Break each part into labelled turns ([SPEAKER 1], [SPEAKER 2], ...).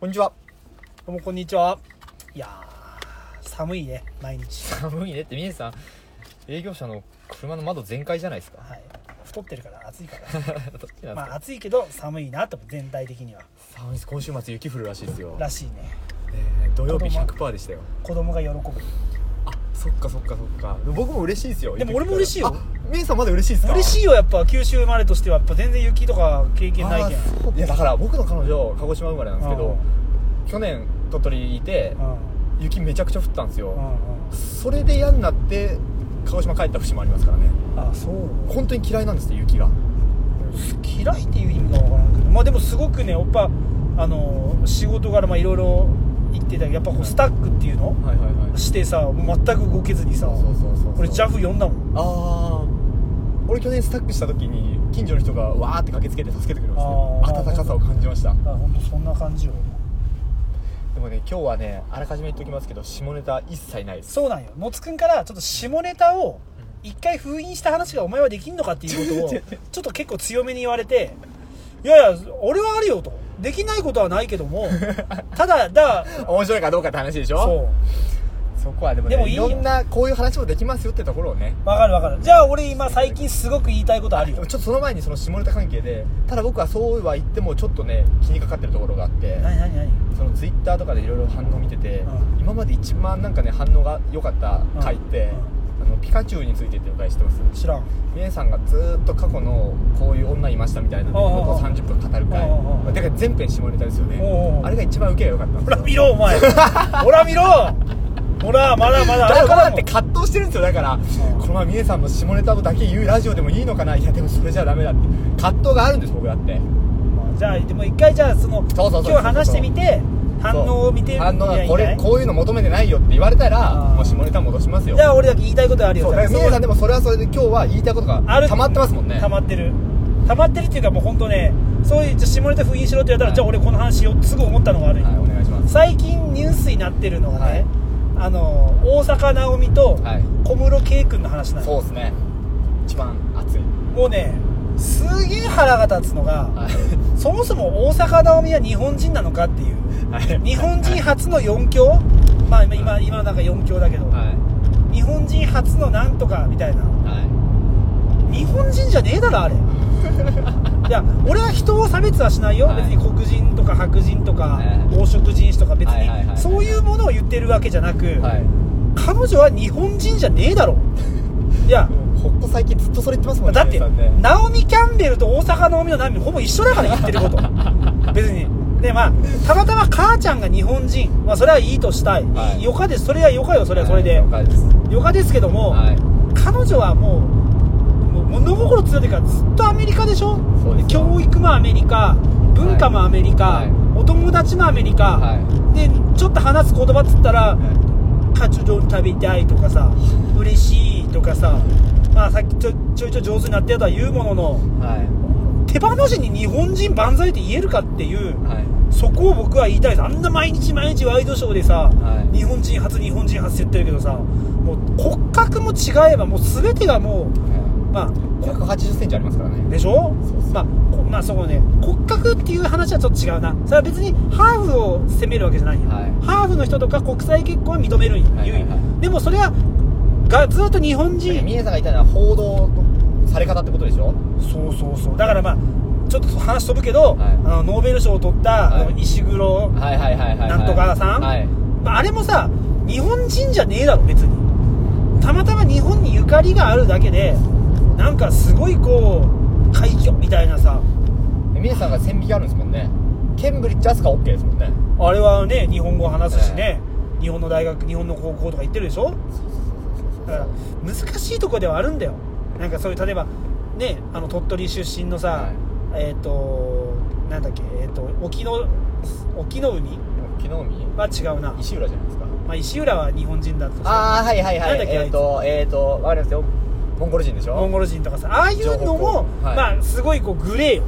[SPEAKER 1] こんにちは。
[SPEAKER 2] どうもこんにち はい
[SPEAKER 1] やー、寒いね、毎日。
[SPEAKER 2] 寒いねって峰さん営業者の車の窓全開じゃないですか
[SPEAKER 1] はい。太ってるから暑いか
[SPEAKER 2] どっちな
[SPEAKER 1] ら。
[SPEAKER 2] んです
[SPEAKER 1] ま
[SPEAKER 2] か、
[SPEAKER 1] あ暑いけど寒いなと思う、全体的には。
[SPEAKER 2] 寒いです今週末雪降るらしいですよ、
[SPEAKER 1] らしいね。
[SPEAKER 2] えー土曜日
[SPEAKER 1] 子供
[SPEAKER 2] 100%でしたよ
[SPEAKER 1] 子供が喜ぶ。
[SPEAKER 2] あそっかそっかそっかでも僕も嬉しいですよ
[SPEAKER 1] でも
[SPEAKER 2] 雪降
[SPEAKER 1] 俺も嬉しいよ
[SPEAKER 2] ったらあ峰さんまだ嬉しいですか
[SPEAKER 1] 嬉
[SPEAKER 2] い
[SPEAKER 1] しいよ、やっぱ九州生まれとしては、やっぱ全然雪とか経験ないけん。
[SPEAKER 2] いやだから僕の彼女鹿児島生まれなんですけ
[SPEAKER 1] う
[SPEAKER 2] ど去年鳥取にいて
[SPEAKER 1] うん。
[SPEAKER 2] 雪めちゃくちゃ降ったんです
[SPEAKER 1] う
[SPEAKER 2] よ
[SPEAKER 1] んうん。
[SPEAKER 2] それで嫌になって鹿児島帰った節もありますからね
[SPEAKER 1] あ、そう。
[SPEAKER 2] 本当に嫌いなんですって雪が
[SPEAKER 1] 嫌いっていう意味がわからんけど、まあでもすごくね、やっぱ、あの、仕事柄、まあいろいろ言ってたけど、やっぱこうスタックっていうの
[SPEAKER 2] はいはいはい
[SPEAKER 1] してさ、もう全く動けずにさ、
[SPEAKER 2] そうそうそうそう
[SPEAKER 1] 俺 JAF 呼んだもん。
[SPEAKER 2] ああ俺去年スタックした時に近所の人がわーって駆けつけて助けてくれま
[SPEAKER 1] あ
[SPEAKER 2] し
[SPEAKER 1] ー
[SPEAKER 2] た温かさを感じました
[SPEAKER 1] あ、ほんとそんな感じよ。
[SPEAKER 2] でもね今日はねあらかじめ言っときますけど下ネタ一切ないです
[SPEAKER 1] そうなんよのつくんからちょっと下ネタを一回封印した話がお前はできんのかっていう ことをちょっと結構強めに言われていやいや俺はあるよとできないことはないけど もただだ
[SPEAKER 2] 面白いかどうかって話でしょ
[SPEAKER 1] そ
[SPEAKER 2] そこはでもね
[SPEAKER 1] でもいい
[SPEAKER 2] い
[SPEAKER 1] よ
[SPEAKER 2] ろんなこういう話もできますよってところをね
[SPEAKER 1] うわかるわかるじゃあ俺今最近すごく言いたいことある
[SPEAKER 2] で
[SPEAKER 1] よ
[SPEAKER 2] もちょっとその前にその下ネタ関係でただ僕はそうは言ってもちょっとね気にかかってるところがあって
[SPEAKER 1] 何何何
[SPEAKER 2] そのツイッターとかでいろいろ反応見てて、
[SPEAKER 1] う
[SPEAKER 2] 今まで一番なんかね反応が良かった回って、あのピカチュウについてっていう回知ってます
[SPEAKER 1] 知らん
[SPEAKER 2] みえさんがずーっと過去のこういう女いましたみたいな出来事を30分語る
[SPEAKER 1] ああああ
[SPEAKER 2] 回だから全編下ネタですよ
[SPEAKER 1] おうお
[SPEAKER 2] ね
[SPEAKER 1] う
[SPEAKER 2] あれが一番ウケが良かったん
[SPEAKER 1] ほ
[SPEAKER 2] です
[SPEAKER 1] ら
[SPEAKER 2] よ
[SPEAKER 1] 見ろお前 ほら見ろほらまだまだ
[SPEAKER 2] だ
[SPEAKER 1] あれ
[SPEAKER 2] か
[SPEAKER 1] からら
[SPEAKER 2] っ
[SPEAKER 1] も
[SPEAKER 2] て葛藤してるんですよだから
[SPEAKER 1] ん
[SPEAKER 2] このままみえさんの下ネタだけ言うラジオでもいいのかないやでもそれじゃダメだって葛藤があるんです僕だって
[SPEAKER 1] まあじゃあでも一回じゃあその
[SPEAKER 2] そうそうそう
[SPEAKER 1] 今日話してみて反応を見て
[SPEAKER 2] そう反応
[SPEAKER 1] いや
[SPEAKER 2] が
[SPEAKER 1] いい
[SPEAKER 2] こ
[SPEAKER 1] んじゃな
[SPEAKER 2] れ
[SPEAKER 1] い
[SPEAKER 2] こういうの求めてないよって言われたら
[SPEAKER 1] あー
[SPEAKER 2] もう下ネタ戻しますよ
[SPEAKER 1] じゃあ俺だけ言いたいことあるよ
[SPEAKER 2] そうだからみ
[SPEAKER 1] そ
[SPEAKER 2] え
[SPEAKER 1] の
[SPEAKER 2] さんでもそれはそれで今日は言いたいことが
[SPEAKER 1] ある
[SPEAKER 2] 溜まってますもんね
[SPEAKER 1] 溜まってる溜まってるっていうかもう本当ねそういうじゃあ下ネタ封印しろって言われたら、
[SPEAKER 2] はい
[SPEAKER 1] じゃあ俺この話をすぐ思ったのが悪い、
[SPEAKER 2] はいお願いします
[SPEAKER 1] 最近ニュースになってるのがね、
[SPEAKER 2] はい
[SPEAKER 1] あの大坂なおみと
[SPEAKER 2] はい
[SPEAKER 1] 小室圭君の話なの、
[SPEAKER 2] そうですね一番熱い
[SPEAKER 1] もうねすげえ腹が立つのが、
[SPEAKER 2] はい
[SPEAKER 1] そもそも大坂なおみは日本人なのかっていう
[SPEAKER 2] はい
[SPEAKER 1] 日本人初の4強、まあ今今今なんか4強だけど、
[SPEAKER 2] は
[SPEAKER 1] 日本人初のなんとかみたいない
[SPEAKER 2] は
[SPEAKER 1] 日本人じゃねえだろあ れいや俺は人を差別はしないよ、
[SPEAKER 2] はい
[SPEAKER 1] 別に黒人とか白人とか、
[SPEAKER 2] ね
[SPEAKER 1] 黄色人種とか別に、
[SPEAKER 2] はいはいはい
[SPEAKER 1] そういうものを言ってるわけじゃなく、
[SPEAKER 2] いはい
[SPEAKER 1] 彼女は日本人じゃね えだろいや
[SPEAKER 2] ほっと最近ずっとそれ言ってますもんね
[SPEAKER 1] だって
[SPEAKER 2] 皆さんね
[SPEAKER 1] ナオミ・キャンベルと大阪のオミのナミほぼ一緒だから言ってること 別にでまあたまたま母ちゃんが日本人、まあ、それはいいとしたい、
[SPEAKER 2] はい
[SPEAKER 1] いいよかですそれはよかよそれはそれで、
[SPEAKER 2] はい了解です
[SPEAKER 1] よかですけども、
[SPEAKER 2] はい
[SPEAKER 1] 彼女はもうもう物心ついてからずっとアメリカでしょ
[SPEAKER 2] そうですよ
[SPEAKER 1] 教育もアメリカ文化もアメリカ、
[SPEAKER 2] はい
[SPEAKER 1] お友達もアメリカ、
[SPEAKER 2] は
[SPEAKER 1] でちょっと話す言葉っつったら
[SPEAKER 2] は
[SPEAKER 1] 「カツ丼食べたい」と かさ「嬉しい」とかさまあさっきちょちょいちょい上手になったよとは言うものの
[SPEAKER 2] いはい
[SPEAKER 1] 手放しに日本人万歳って言えるかっていう
[SPEAKER 2] はい
[SPEAKER 1] そこを僕は言いたいですあんな毎日毎日ワイドショーでさ、
[SPEAKER 2] はい
[SPEAKER 1] 日本人初日本人初って言ってるけどさもう骨格も違えばもう全てがもうまあこ
[SPEAKER 2] 1 8 0ンチありますからね
[SPEAKER 1] でしょ
[SPEAKER 2] そうそう
[SPEAKER 1] まあこまあそこね骨格っていう話はちょっと違うなそれは別にハーフを責めるわけじゃないよ、
[SPEAKER 2] はい
[SPEAKER 1] ハーフの人とか国際結婚は認めるんよ、
[SPEAKER 2] はいはいは
[SPEAKER 1] でもそれはがずっと日本
[SPEAKER 2] だから
[SPEAKER 1] 人
[SPEAKER 2] みえさんが言いたいのは報道のされ方ってことでしょ
[SPEAKER 1] そうそうそうだからまあちょっと話飛ぶけど、
[SPEAKER 2] はい
[SPEAKER 1] あのノーベル賞を取った、
[SPEAKER 2] はい
[SPEAKER 1] あの石黒、
[SPEAKER 2] はいはいはいはいはい
[SPEAKER 1] なんとかさん
[SPEAKER 2] はい
[SPEAKER 1] まあ、あれもさ日本人じゃねえだろ別にたまたま日本にゆかりがあるだけでなんかすごいこう快挙みたいなさ
[SPEAKER 2] でみえさんが線引きあるんですもんねケンブリッジアスカ OK ですもんね
[SPEAKER 1] あれはね日本語を話すしね、日本の大学日本の高校とか行ってるでしょだから難しいとこではあるんだよなんかそういう例えばねあの鳥取出身のさ、えっ、となんだっけえっ、と沖の沖の海
[SPEAKER 2] 昨日見
[SPEAKER 1] は違うな、
[SPEAKER 2] 石浦じゃないですか
[SPEAKER 1] まあ、石浦は日本人だとして
[SPEAKER 2] ああはいはいは
[SPEAKER 1] なん
[SPEAKER 2] い
[SPEAKER 1] だっけ
[SPEAKER 2] えっとえっとわかりますよモンゴル人でし
[SPEAKER 1] モン
[SPEAKER 2] ょ
[SPEAKER 1] ゴル人とかさああいうのも、
[SPEAKER 2] 情報はい
[SPEAKER 1] まあすごいこうグレーよ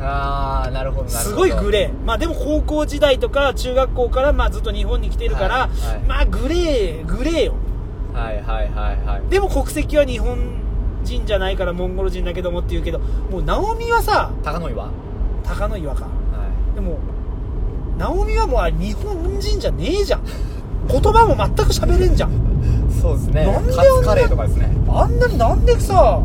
[SPEAKER 2] ああなるほどなるほど
[SPEAKER 1] すごいグレーまあでも高校時代とか中学校からまあずっと日本に来てるか
[SPEAKER 2] は
[SPEAKER 1] ら、
[SPEAKER 2] いはい
[SPEAKER 1] まあグレーグレーよ
[SPEAKER 2] はいはいはいはい
[SPEAKER 1] でも国籍は日本人じゃないからモンゴル人だけどもって言うけどもうナオミはさ
[SPEAKER 2] 高野岩は
[SPEAKER 1] 高野岩か
[SPEAKER 2] い
[SPEAKER 1] でも直美はもうあれ日本人じゃねえじゃん言葉も全く喋れんじゃん
[SPEAKER 2] そうですね
[SPEAKER 1] なんであんな
[SPEAKER 2] カツカレーとかですね
[SPEAKER 1] あんなになんでさ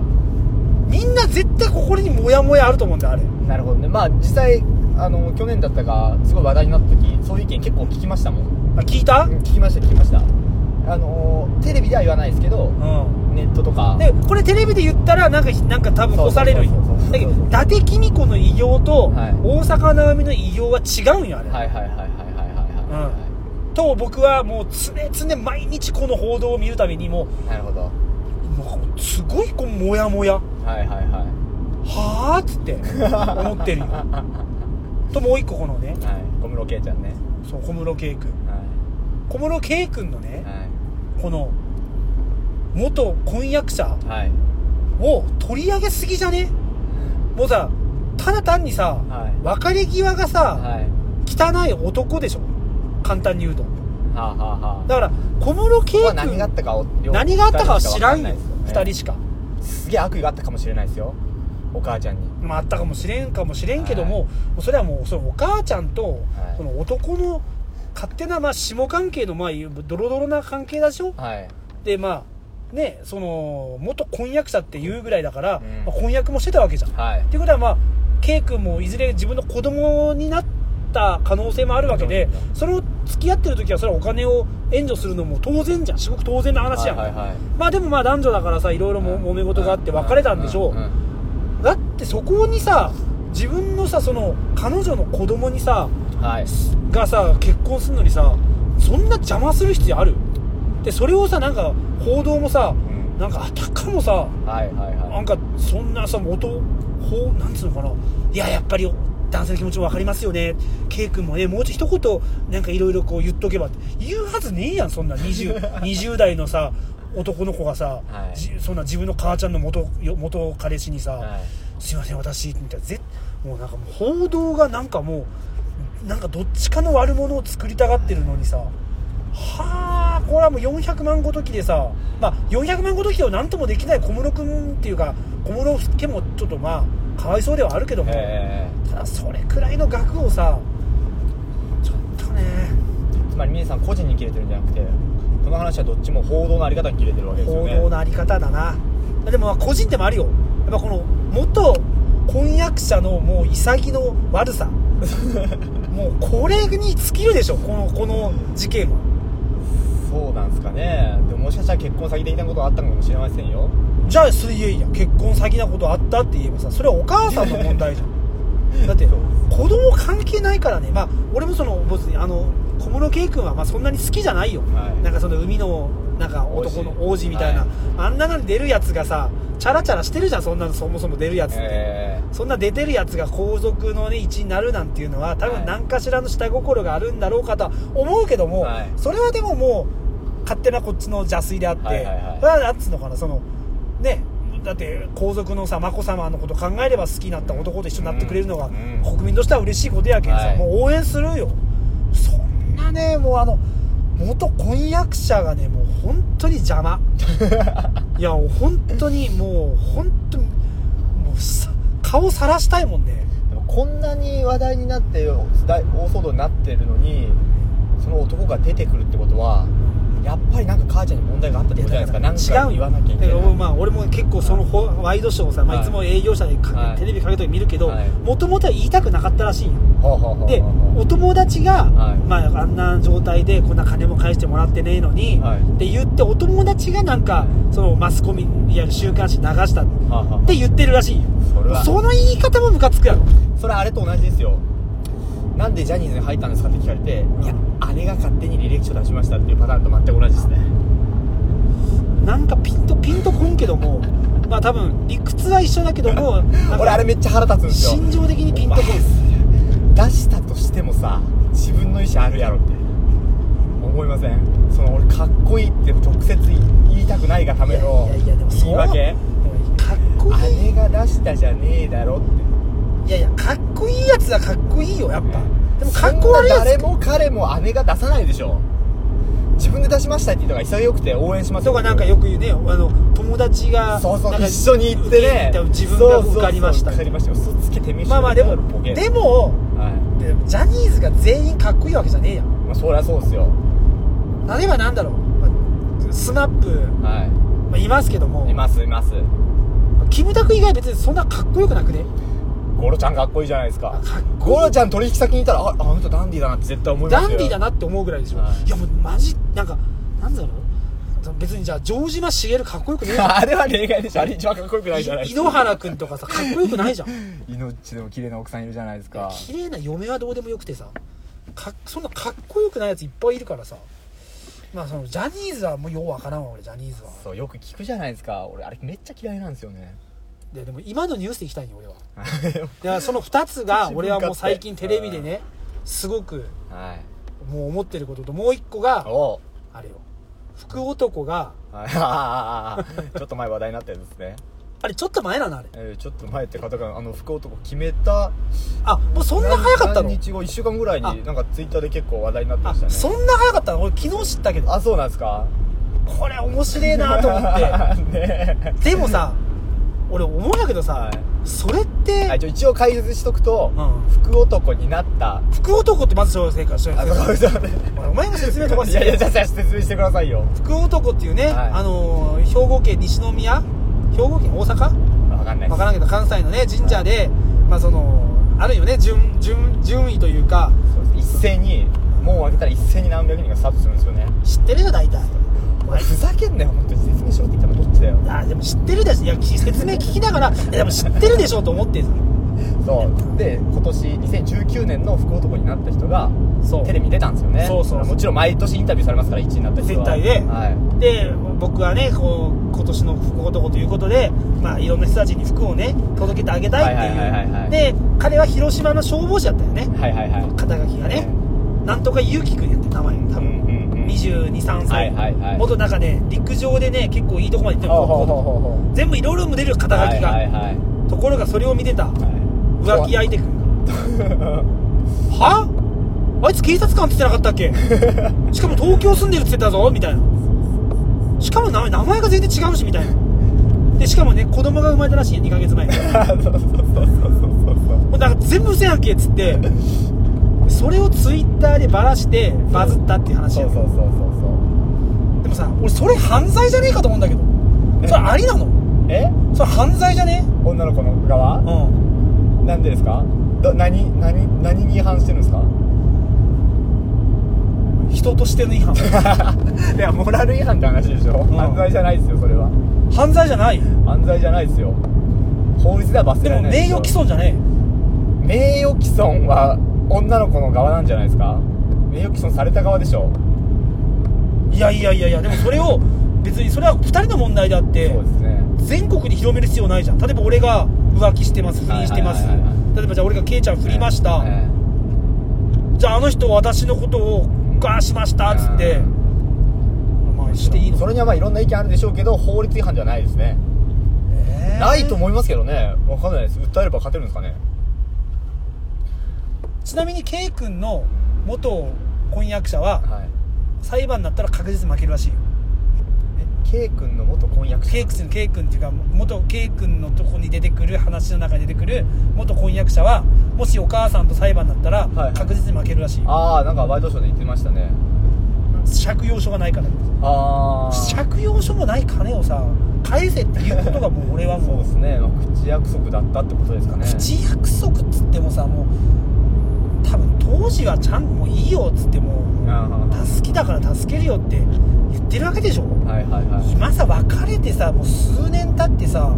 [SPEAKER 1] みんな絶対心にモヤモヤあると思うんだよあれ
[SPEAKER 2] なるほどねまあ実際あの去年だったがすごい話題になった時そういう意見結構聞きましたもん
[SPEAKER 1] あ聞いた
[SPEAKER 2] 聞きました聞きましたあのテレビでは言わないですけど
[SPEAKER 1] う
[SPEAKER 2] ネットとか
[SPEAKER 1] んでこれテレビで言ったらなんかなんか多分干されるんよ
[SPEAKER 2] そうそうそうそう
[SPEAKER 1] だけど伊達公子の偉業と
[SPEAKER 2] はい
[SPEAKER 1] 大阪なおみの偉業は違うんよあれ、
[SPEAKER 2] はいはいはいはいはいはいは
[SPEAKER 1] と僕はもう常々毎日この報道を見るたびにも
[SPEAKER 2] いなるほどは
[SPEAKER 1] うもうすごいこうモヤモヤ
[SPEAKER 2] いはいはい
[SPEAKER 1] はあっつって思ってるよ ともう一個このね
[SPEAKER 2] はい小室圭ちゃんね
[SPEAKER 1] そう小室圭君
[SPEAKER 2] は
[SPEAKER 1] 小室圭君のね
[SPEAKER 2] いは
[SPEAKER 1] この元婚約者
[SPEAKER 2] いはい
[SPEAKER 1] を取り上げすぎじゃねもうさただ単にさ、
[SPEAKER 2] はい
[SPEAKER 1] 別れ際がさ、
[SPEAKER 2] はい
[SPEAKER 1] 汚い男でしょ簡単に言うと
[SPEAKER 2] はあはあはあ
[SPEAKER 1] だから小室圭
[SPEAKER 2] ここは
[SPEAKER 1] 君
[SPEAKER 2] 何があったかを両
[SPEAKER 1] 何があったかは知らんよ
[SPEAKER 2] 二
[SPEAKER 1] 2人しか、
[SPEAKER 2] すげえ悪意があったかもしれないですよお母ちゃんに
[SPEAKER 1] まあ、あったかもしれんかもしれんけども、
[SPEAKER 2] はい
[SPEAKER 1] もうそれはもうそのお母ちゃんと、
[SPEAKER 2] はい
[SPEAKER 1] その男の勝手なまあ下関係のまあいうドロドロな関係だしょ
[SPEAKER 2] はい
[SPEAKER 1] でまあねその元婚約者っていうぐらいだから、
[SPEAKER 2] うん
[SPEAKER 1] まあ婚約もしてたわけじゃん、
[SPEAKER 2] はい
[SPEAKER 1] っていうことはまあ圭君もいずれ自分の子供になった可能性もあるわけで
[SPEAKER 2] そうなん
[SPEAKER 1] それを付き合ってる時はそれはお金を援助するのも当然じゃんすごく当然な話やん、
[SPEAKER 2] はいはいはい
[SPEAKER 1] まあでもまあ男女だからさいろいろも揉め事があって別れたんでしょう、
[SPEAKER 2] ううん
[SPEAKER 1] だってそこにさ自分のさその彼女の子供にさ
[SPEAKER 2] はい
[SPEAKER 1] がさ結婚するのにさそんな邪魔する必要あるでそれをさなんか報道もさ
[SPEAKER 2] うん
[SPEAKER 1] なんかあたかもさ
[SPEAKER 2] はいはい
[SPEAKER 1] な
[SPEAKER 2] は
[SPEAKER 1] んかそんなさ元ほうなんつうのかないややっぱり男性の気持ちも分かりますよね K 君もねもうちょっと一言なんかいろいろこう言っとけばって言うはずねえやんそん な 20, 20代のさ男の子がさ、
[SPEAKER 2] はい
[SPEAKER 1] じそんな自分の母ちゃんの元よ元彼氏にさ、
[SPEAKER 2] いはい
[SPEAKER 1] すいません私みたいなぜもうなんかもう報道がなんかもうなんかどっちかの悪者を作りたがってるのにさはあこれはもう400万ごときでさまあ400万ごときを何ともできない小室君っていうか小室家もちょっとまあかわいそうではあるけども
[SPEAKER 2] え
[SPEAKER 1] ただそれくらいの額をさちょっとね
[SPEAKER 2] ーつまり皆さん個人に切れてるんじゃなくてこの話はどっちも報道のあり方に切れてるわけですよ
[SPEAKER 1] 報
[SPEAKER 2] ね
[SPEAKER 1] 道のあり方だなでもまあ個人でもあるよやっぱこの元婚約者のもう潔の 悪さもうこれに尽きるでしょこのこの事件は
[SPEAKER 2] そうなんですかねでももしかしたら結婚詐欺的なことがあったのかもしれませんよ
[SPEAKER 1] じゃあ水泳や結婚詐欺なことあったって言えばさそれはお母さんの問 題じゃんだって子供関係ないからねまあ俺もその別にあの小室圭君はまあそんなに好きじゃないよ、
[SPEAKER 2] はい
[SPEAKER 1] なんかその海のなんか男の王
[SPEAKER 2] 王
[SPEAKER 1] 子
[SPEAKER 2] 子
[SPEAKER 1] みたいな、
[SPEAKER 2] はい
[SPEAKER 1] あんなのに出るやつがさチャラチャラしてるじゃんそんなのそもそも出るやつって、
[SPEAKER 2] え
[SPEAKER 1] そんな出てるやつが皇族の、ね、位置になるなんていうのは多
[SPEAKER 2] は
[SPEAKER 1] 分
[SPEAKER 2] い
[SPEAKER 1] 何かしらの下心があるんだろうかとは思うけども、
[SPEAKER 2] はい
[SPEAKER 1] それはでももう勝手なこっちの邪推であって、
[SPEAKER 2] はいはいはい
[SPEAKER 1] それはなんつうのかなそのねだって皇族のさ眞子さまのこと考えれば好きになった男と一緒になってくれるのが、
[SPEAKER 2] うん
[SPEAKER 1] 国民としては嬉しいことやけどさ、
[SPEAKER 2] はい
[SPEAKER 1] もう応援するよそんなねもうあの元婚約者がねもう本当に邪 魔いやもう本当にもう本当にもうさ顔さらしたいもんね
[SPEAKER 2] ーでもこんなに話題になって大大騒動になってるのにその男が出てくるってことはやっぱりなんか母ちゃんに問題があったってことじゃないですか何か
[SPEAKER 1] 違う
[SPEAKER 2] 言わなきゃいけない
[SPEAKER 1] だからまあ俺も結構そのほワイドショーをさ、まあ、
[SPEAKER 2] はい
[SPEAKER 1] いつも営業者でか、
[SPEAKER 2] はい
[SPEAKER 1] テレビかけて見るけど
[SPEAKER 2] はい
[SPEAKER 1] もともとは言いたくなかったらしいよ
[SPEAKER 2] ほうほうほうほう
[SPEAKER 1] でお友達が、
[SPEAKER 2] はい
[SPEAKER 1] まあ、あんな状態でこんな金も返してもらってねえのに、
[SPEAKER 2] はい
[SPEAKER 1] って言ってお友達がなんかそのマスコミいや週刊誌流したっ
[SPEAKER 2] はあはあ
[SPEAKER 1] て言ってるらしいよ
[SPEAKER 2] それは
[SPEAKER 1] その言い方もムカつくやろ
[SPEAKER 2] それあれと同じですよなんでジャニーズに入ったんですかって聞かれていや姉が勝手に履歴書出しましたっていうパターンと全く同じですね
[SPEAKER 1] なんかピンとピンとこんけどもまあ多分理屈は一緒だけど もなんか
[SPEAKER 2] 俺あれめっちゃ腹立つんですよ
[SPEAKER 1] 心情的にピンとこん
[SPEAKER 2] 出したとしてもさ自分の意思あるやろって思いませんその俺かっこいいって直接言いたくないがための
[SPEAKER 1] いやいやいやでもそう
[SPEAKER 2] 言い訳
[SPEAKER 1] かっこい
[SPEAKER 2] 姉
[SPEAKER 1] い
[SPEAKER 2] が出したじゃねえだろって
[SPEAKER 1] いやいやかっこいいやつはかっこいいよやっぱ、でもか
[SPEAKER 2] そん
[SPEAKER 1] っ
[SPEAKER 2] な
[SPEAKER 1] こ悪いや
[SPEAKER 2] 誰
[SPEAKER 1] つ
[SPEAKER 2] も彼も姉が出さないでしょ自分で出しましたって言った方が潔くて応援します
[SPEAKER 1] とかなんかよく言うねあの友達が
[SPEAKER 2] そうそう
[SPEAKER 1] なんか
[SPEAKER 2] 一緒に行ってね
[SPEAKER 1] 受けに行った自分が受かりました
[SPEAKER 2] そうそうそう受かりましたよ嘘つけてみ
[SPEAKER 1] まあまあでも
[SPEAKER 2] ボケ
[SPEAKER 1] でも
[SPEAKER 2] はい
[SPEAKER 1] でもジャニーズが全員かっこいいわけじゃねえやん
[SPEAKER 2] まあ、そりゃそうですよ
[SPEAKER 1] 例えばなんだろう、まあ、スマップ、
[SPEAKER 2] は
[SPEAKER 1] まあ、いますけども
[SPEAKER 2] いいますいます
[SPEAKER 1] キムタク以外別にそんなかっこよくなくね
[SPEAKER 2] ゴロちゃんかっこいいじゃないですか
[SPEAKER 1] かっこいい
[SPEAKER 2] ゴロちゃん取引先にいたらああの人ダンディーだなって絶対思います
[SPEAKER 1] ダ
[SPEAKER 2] よ
[SPEAKER 1] ンディーだなって思うぐらいでしょ、
[SPEAKER 2] はい
[SPEAKER 1] い、やもうマジなんかなんだろう別にじゃあ城島茂かっこよくねえじゃん
[SPEAKER 2] あれは例外でしょあれ一番かっこよくないじゃない
[SPEAKER 1] い井ノ原君とかさかっこよくないじゃん
[SPEAKER 2] 命でも綺麗な奥さんいるじゃないですか
[SPEAKER 1] 綺麗な嫁はどうでもよくてさかそんなかっこよくないやついっぱいいるからさまあそのジャニーズはもうようわからんわ俺ジャニーズは
[SPEAKER 2] そうよく聞くじゃないですか俺あれめっちゃ嫌いなんですよね
[SPEAKER 1] ででも今のニュースでいきたいんよ俺はだからその2つが
[SPEAKER 2] 自分勝手
[SPEAKER 1] 俺はもう最近テレビでねすごく
[SPEAKER 2] はい
[SPEAKER 1] もう思ってることともう1個が
[SPEAKER 2] お う
[SPEAKER 1] あれよ福男が
[SPEAKER 2] はいああああああちょっと前話題になったやつですね、
[SPEAKER 1] あれちょっと前なのあれ
[SPEAKER 2] えー、ちょっと前って方があの福男決めた
[SPEAKER 1] あもうそんな早かったの
[SPEAKER 2] 何日後1週間ぐらい
[SPEAKER 1] あ
[SPEAKER 2] になんかツイッターで結構話題になってま
[SPEAKER 1] あ
[SPEAKER 2] したね
[SPEAKER 1] そんな早かったの俺昨日知ったけど
[SPEAKER 2] あそうなんですか
[SPEAKER 1] これ面白えなと思っ
[SPEAKER 2] ねえ
[SPEAKER 1] てでもさ俺思うんだけどさ、
[SPEAKER 2] は
[SPEAKER 1] それっ て、
[SPEAKER 2] はい、ちょ一応解説しとくと、
[SPEAKER 1] うん
[SPEAKER 2] 福男になった
[SPEAKER 1] 福男ってまずそう正解してる
[SPEAKER 2] あそうそうそう
[SPEAKER 1] お前が説明飛ば
[SPEAKER 2] い
[SPEAKER 1] し
[SPEAKER 2] やいや
[SPEAKER 1] て
[SPEAKER 2] じゃあじゃあ説明してくださいよ
[SPEAKER 1] 福男っていうね、
[SPEAKER 2] はい
[SPEAKER 1] あのー兵庫県西宮兵庫県大阪
[SPEAKER 2] わかんない
[SPEAKER 1] わからんけど関西のね神社で、まあそのあるよね順順順位というか
[SPEAKER 2] そうです一斉に門を開けたら一斉に何百人が殺到するんですよね
[SPEAKER 1] 知ってるよ大体
[SPEAKER 2] お前ふざけんなよ本当に説明しろって言ったのどっちだよ
[SPEAKER 1] あでも知ってるだしいやき説明聞きながらいやでも知ってるでしょと思ってさ
[SPEAKER 2] そうで今年2019年の福男になった人が
[SPEAKER 1] そう
[SPEAKER 2] テレビに出たんですよね
[SPEAKER 1] そうそうそう
[SPEAKER 2] もちろん毎年インタビューされますから1位になった人は
[SPEAKER 1] 絶対ね
[SPEAKER 2] は
[SPEAKER 1] で僕はねこう今年の福男ということで、まあ、いろんな人たちに服をね届けてあげたいっていう、
[SPEAKER 2] はいはいはいはいはい
[SPEAKER 1] で彼は広島の消防士だったよね
[SPEAKER 2] い、はいはいはい
[SPEAKER 1] 肩書きがね、なんとかゆうきくんやって名前多
[SPEAKER 2] うん
[SPEAKER 1] 分、
[SPEAKER 2] うんうん
[SPEAKER 1] 22、3歳、
[SPEAKER 2] はいはいはい
[SPEAKER 1] 元なんかね陸上でね結構いいとこまで行ってる
[SPEAKER 2] ほうほうほう
[SPEAKER 1] 高校
[SPEAKER 2] ほう
[SPEAKER 1] 全部いろいろ出る肩書きが、
[SPEAKER 2] はいはいはい
[SPEAKER 1] ところがそれを見てた浮気相手くんが はあいつ警察官って言ってなかったっけ しかも東京住んでるって言ってたぞみたいなしかも名前名前が全然違うしみたいなでしかもね子供が生まれたらしいよ2ヶ月 前にも
[SPEAKER 2] そうそうそうそうそうそう
[SPEAKER 1] うだから全部嘘やんけっつってそれをツイッターでバラしてバズったっていう話
[SPEAKER 2] そ
[SPEAKER 1] や
[SPEAKER 2] うそうそうそうそう
[SPEAKER 1] でもさ俺それ犯罪じゃねえかと思うんだけどそれありなの
[SPEAKER 2] え
[SPEAKER 1] それ犯罪じゃね
[SPEAKER 2] 女の子の側
[SPEAKER 1] うん
[SPEAKER 2] なんでですかど何何何に違反してるんですか
[SPEAKER 1] 人として の違反
[SPEAKER 2] いやモラル違反って話でしょ、
[SPEAKER 1] ん
[SPEAKER 2] 犯罪じゃないですよそれは
[SPEAKER 1] 犯罪じゃない
[SPEAKER 2] 犯罪じゃないですよ法律では罰せ
[SPEAKER 1] で
[SPEAKER 2] ら
[SPEAKER 1] も
[SPEAKER 2] れない
[SPEAKER 1] 名誉毀損じゃねえ
[SPEAKER 2] 損名誉毀損は女の子の側なんじゃないですか名誉毀損された側でしょ
[SPEAKER 1] いやいやいやいやでもそれを別にそれは2人の問題であって
[SPEAKER 2] そうですね
[SPEAKER 1] 全国に広める必要ないじゃん例えば俺が浮気してます不倫してます
[SPEAKER 2] はいはいはいは
[SPEAKER 1] 例えばじゃあ俺がケイちゃん振りまし
[SPEAKER 2] え
[SPEAKER 1] た
[SPEAKER 2] え
[SPEAKER 1] じゃああの人は私のことをがしましたっつってまあしていいの
[SPEAKER 2] それにはまあいろんな意見あるでしょうけど法律違反じゃないですね
[SPEAKER 1] えー
[SPEAKER 2] ないと思いますけどねわかんないです訴えれば勝てるんですかね
[SPEAKER 1] ちなみにケイ君の元婚約者は
[SPEAKER 2] はい
[SPEAKER 1] 裁判になったら確実に負けるらしいよ
[SPEAKER 2] え K 君の元婚約者
[SPEAKER 1] ケイ君ケイ君っていうか元ケイ君のとこに出てくる話の中に出てくる元婚約者はもしお母さんと裁判になった
[SPEAKER 2] はいは
[SPEAKER 1] ら
[SPEAKER 2] い
[SPEAKER 1] 確実に負けるらしいよ
[SPEAKER 2] ああなんかワイドショーで言ってましたね
[SPEAKER 1] 借用書がないから
[SPEAKER 2] ああ
[SPEAKER 1] 借用書もない金をさ返せっていうことがもう俺は
[SPEAKER 2] そう
[SPEAKER 1] も
[SPEAKER 2] ですね、まあ、口約束だったってことですかね
[SPEAKER 1] う口約束っつってもさもう多分当時はちゃんもういいよっつっても
[SPEAKER 2] あ
[SPEAKER 1] う助けだから助けるよって言ってるわけでしょ
[SPEAKER 2] あはいはいはい
[SPEAKER 1] 今さ別れてさもう数年経ってさ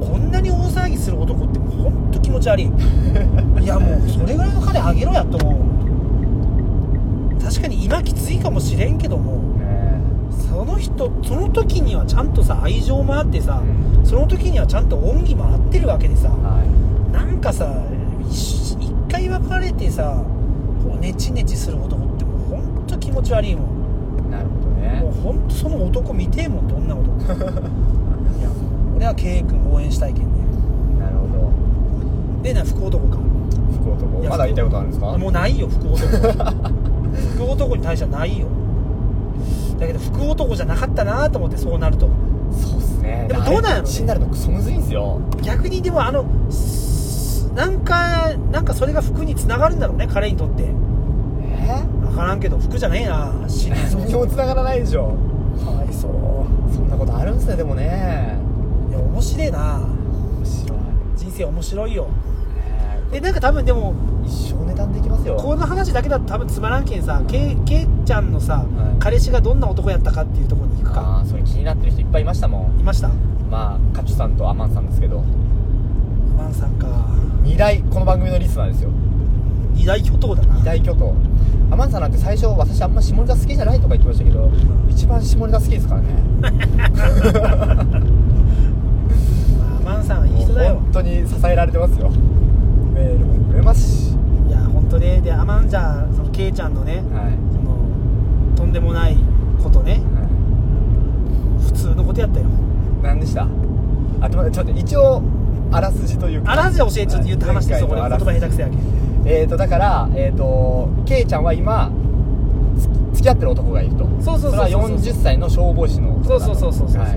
[SPEAKER 1] こんなに大騒ぎする男ってもうほんと気持ち悪いいやもうそれぐらいの金あげろやと思う確かに今きついかもしれんけども
[SPEAKER 2] ね
[SPEAKER 1] その人その時にはちゃんとさ愛情もあってさ、
[SPEAKER 2] う
[SPEAKER 1] その時にはちゃんと恩義もあってるわけでさ
[SPEAKER 2] えは
[SPEAKER 1] なんかさ一一回別れてさこうネチネチする男ってもうほんと気持ち悪いもん
[SPEAKER 2] いなるほど
[SPEAKER 1] もう
[SPEAKER 2] ね
[SPEAKER 1] ほんとその男見てえもんどんな 男いやもう俺は圭君応援したいけんね
[SPEAKER 2] なるほ
[SPEAKER 1] でな福男か
[SPEAKER 2] ど福男
[SPEAKER 1] いや
[SPEAKER 2] まだ言いたいことあるんですか
[SPEAKER 1] もうないよ福男 福男に対してはないよだけど福男じゃなかったなと思ってそうなると
[SPEAKER 2] そうっすね
[SPEAKER 1] でもどうなんやろね
[SPEAKER 2] 死んだらのクソむずいんすよ
[SPEAKER 1] 逆にでもあのすなんかなんかそれが服につながるんだろうね彼にとって
[SPEAKER 2] え
[SPEAKER 1] 分からんけど服じゃねえな死にそう
[SPEAKER 2] 何にも繋がらないでしょ
[SPEAKER 1] かわいそう
[SPEAKER 2] そんなことあるんすねでもね
[SPEAKER 1] いや面白いな
[SPEAKER 2] 面白い、
[SPEAKER 1] 人生面白いよ
[SPEAKER 2] え
[SPEAKER 1] でなんか多分でも
[SPEAKER 2] ー一生値段できますよ
[SPEAKER 1] この話だけだと多分つまらんけんさけいけいちゃんのさ、
[SPEAKER 2] はい
[SPEAKER 1] 彼氏がどんな男やったかっていうところに行くか
[SPEAKER 2] あーそれ気になってる人いっぱいいましたもん
[SPEAKER 1] いました
[SPEAKER 2] まあカチュさんとアマンさんですけど
[SPEAKER 1] マンさんか
[SPEAKER 2] 二大この番組のリスナーですよ
[SPEAKER 1] 二大巨頭だな
[SPEAKER 2] 二大巨頭アマンさんなんて最初私あんま下ネタ好きじゃないとか言ってましたけど一番下ネタ好きですからね
[SPEAKER 1] まあマンさんはいい人だ
[SPEAKER 2] もう
[SPEAKER 1] よ
[SPEAKER 2] 本当に支えられてますよメールもくれますし
[SPEAKER 1] いや本当ねでアマンジャそのケイちゃんのね
[SPEAKER 2] はい、
[SPEAKER 1] そのとんでもないことね
[SPEAKER 2] は
[SPEAKER 1] 普通のことやったよ
[SPEAKER 2] い、何でしたあと待ってちょっと一応あらすじというか
[SPEAKER 1] あらず教えちょっと言って話してそこで
[SPEAKER 2] 前
[SPEAKER 1] 言
[SPEAKER 2] 回のあらすじ
[SPEAKER 1] 葉下手くそやけん
[SPEAKER 2] えーとだからえーとケイちゃんは今つ付き合ってる男がいると
[SPEAKER 1] そうそうそうそう
[SPEAKER 2] れは40歳の消防士の
[SPEAKER 1] そ
[SPEAKER 2] 男
[SPEAKER 1] うそうそうそうそうそう
[SPEAKER 2] はい